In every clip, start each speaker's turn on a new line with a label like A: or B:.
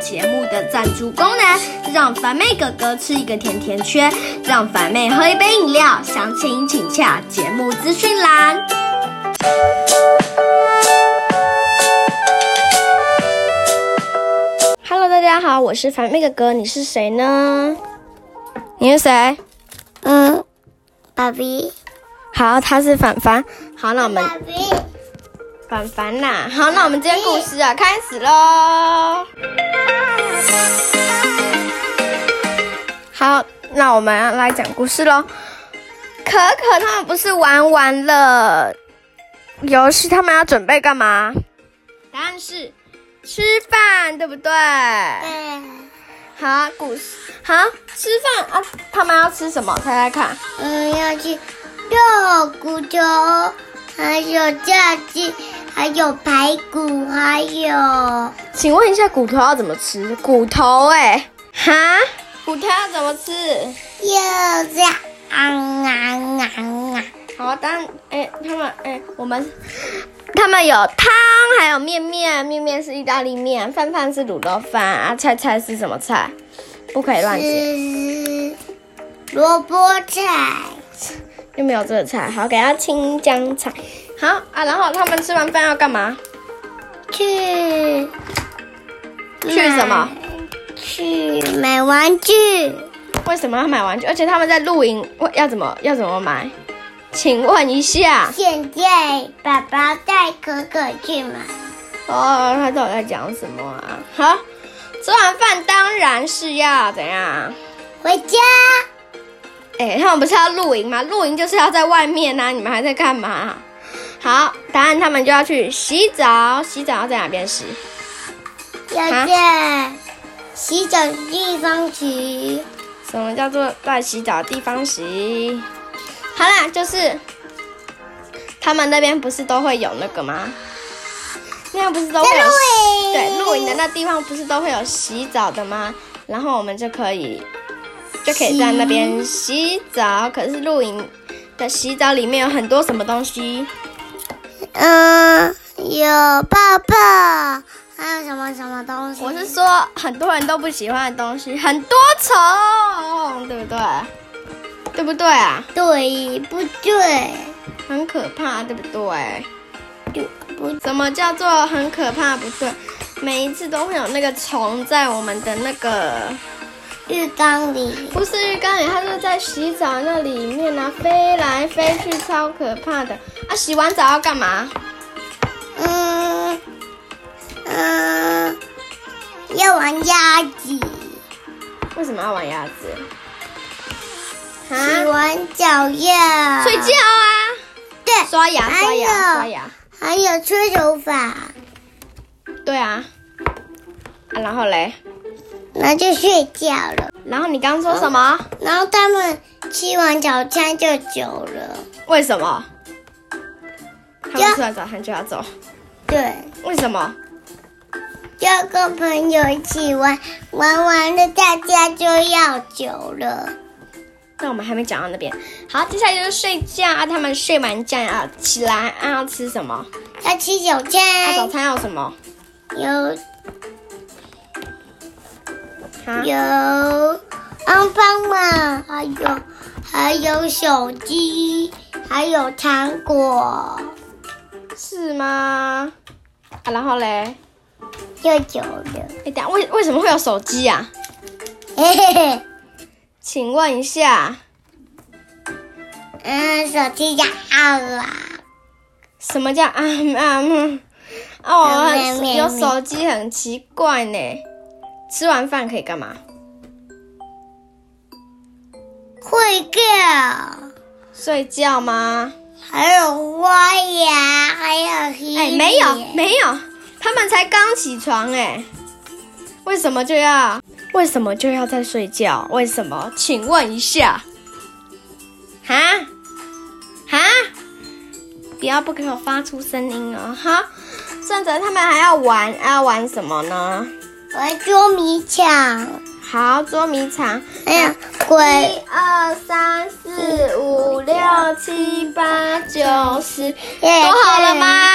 A: 节目的赞助功能，让凡妹哥哥吃一个甜甜圈，让凡妹喝一杯饮料。详情请洽节目资讯栏。
B: Hello，大家好，我是凡妹哥哥，你是谁呢？你是谁？
C: 嗯，爸比，
B: 好，他是凡凡。好，那我们
C: 爸比，
B: 凡凡呐、好，那我们今天故事啊开始喽。好，那我们来讲故事喽。可可他们不是玩完了游戏，他们要准备干嘛？答案是吃饭，对不对？
C: 对，
B: 好，故事好吃饭啊，他们要吃什么？猜猜看。
C: 嗯，要去肉骨头，还有炸鸡，还有排骨，还有
B: 请问一下，骨头要怎么吃？骨头哎、哈，骨头要怎么吃？
C: 又这样昂昂昂昂，
B: 好，当哎、他们哎、我们 他们有汤，还有面面，面面是意大利面，饭饭是卤肉饭啊，菜菜是什么菜？不可以乱写，
C: 吃萝卜菜，
B: 又没有这个菜。好，给他青江菜。好啊，然后他们吃完饭要干嘛？
C: 去
B: 去什么？
C: 买？去买玩具，
B: 为什么要买玩具？而且他们在露营，会要怎么要怎么买？请问一下，
C: 现在爸爸带可可去买。
B: 哦，他到底在讲什么啊？好，吃完饭当然是要怎样？
C: 回家，
B: 哎、他们不是要露营吗？露营就是要在外面呐、你们还在干嘛？好，答案他们就要去洗澡，洗澡要在哪边洗？
C: 要在洗澡地方去，
B: 什么叫做在洗澡的地方洗？好啦，就是他们那边不是都会有那个吗？那样不是都会
C: 在
B: 有
C: 露营，
B: 哦对，露营的那地方不是都会有洗澡的吗？然后我们就可以就可以在那边洗澡。可是露营的洗澡里面有很多什么东西？
C: 嗯，有泡泡，还有什么什么东西？
B: 我是说，很多人都不喜欢的东西，很多虫，对不对？对不对啊？
C: 对不对？
B: 很可怕，对不对？
C: 对不
B: 什么叫做很可怕？不对，每一次都会有那个虫在我们的那个
C: 浴缸里，
B: 不是浴缸里，它是在洗澡那里面啊，飞来飞去，超可怕的啊！洗完澡要干嘛？
C: 嗯嗯，要玩鸭子，
B: 为什么要玩鸭子？
C: 洗
B: 啊，
C: 完澡要
B: 睡觉，啊，
C: 对，
B: 刷牙，刷牙，刷
C: 还有
B: 牙，
C: 还有吹头发，
B: 对啊，啊，然后嘞，
C: 那就睡觉了。
B: 然后你刚说什么？
C: 然后他们吃完早餐就走了。
B: 为什么？他们
C: 呀
B: 吃完早餐就要走，
C: 对，
B: 为什么？
C: 要跟朋友一起玩，玩完了大家就要走了。
B: 但我们还没讲到那边。好，接下来就是睡觉啊，他们睡完觉要起来啊，要吃什么？
C: 要吃早
B: 啊，早
C: 餐，
B: 餐要什么？
C: 有
B: 啊，
C: 有安棒嘛，还有还有手机，还有糖果，
B: 是吗？啊，然后嘞，
C: 就走了。
B: 哎，等下为为什么会有手机啊？
C: 嘿嘿嘿，
B: 请问一下，
C: 嗯，手机要按啦，
B: 什么叫啊啊嗯？哦，
C: 喵喵
B: 很
C: 喵
B: 有手机很奇怪呢。吃完饭可以干嘛？
C: 会掉，
B: 睡觉吗？
C: 还有花呀，还有黑。
B: 哎、没有没有，他们才刚起床哎、为什么就要为什么就要在睡觉？为什么？请问一下，哈哈，不要不给我发出声音哦哈！算着他们还要玩，还要玩什么呢？
C: 玩捉迷藏，
B: 好，捉迷藏，
C: 还有鬼。
B: 一二三四五六七八九十，
C: 耶
B: 躲好了？吗？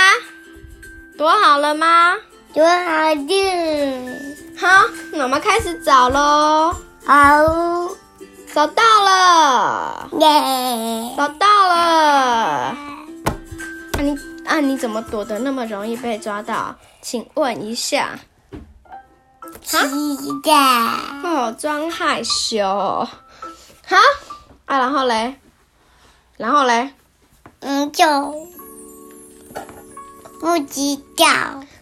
B: 躲好了吗？
C: 有好的，
B: 好，妈妈开始找喽，
C: 好
B: 找到了，
C: 耶！
B: 找到了。啊你啊，你怎么躲得那么容易被抓到？请问一下。
C: 鸡蛋，
B: 哦，装害羞。好啊，然后嘞，然后嘞，
C: 嗯，就不知道，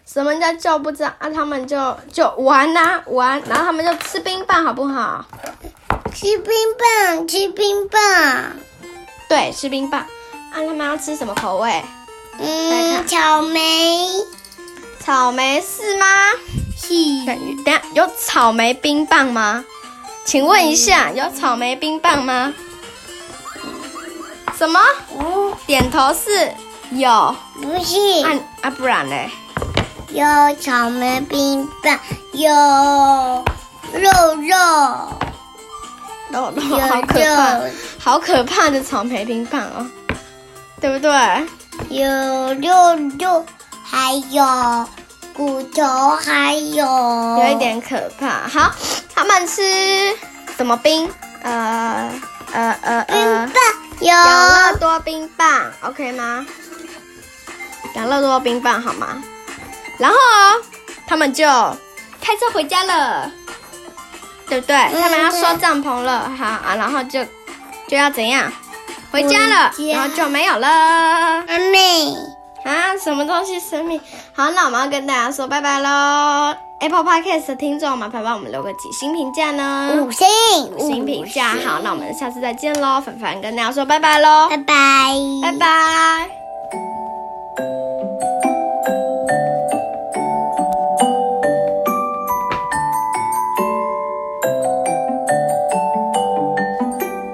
B: 什么叫就不知道啊？他们就就玩啊玩，然后他们就吃冰棒，好不好？
C: 吃冰棒，吃冰棒，
B: 对，吃冰棒。啊，他们要吃什么口味？
C: 嗯，草莓
B: 草莓是吗？
C: 是
B: 等一等一下有草莓冰棒吗？请问一下，有草莓冰棒吗？什么？
C: 嗯，
B: 点头是有啊
C: 不是。
B: 啊，不然嘞？
C: 有草莓冰棒，有肉 肉，
B: 哦，
C: 有
B: 好可怕！
C: 肉
B: 好可怕的草莓冰棒哦，对不对？
C: 有肉肉，还有骨头，还有
B: 有一点可怕。好，他们吃什么冰？呃呃呃呃
C: 冰，棒，
B: 养乐
C: 有
B: 多冰棒，OK 吗？养乐多冰棒好吗？然后哦他们就开车回家了，对不对？他们要收帐篷了，好啊，然后就就要怎样？回家了，
C: 回家
B: 然后就没有了。
C: 阿妹，
B: 啊，什么东西生命？好，那我们要跟大家说拜拜喽。Apple Podcast 的听众，麻烦帮我们留个几星评价呢？
C: 五星，
B: 嗯哦五星评价。好，那我们下次再见喽。凡凡跟大家说拜拜喽，
C: 拜拜，
B: 拜拜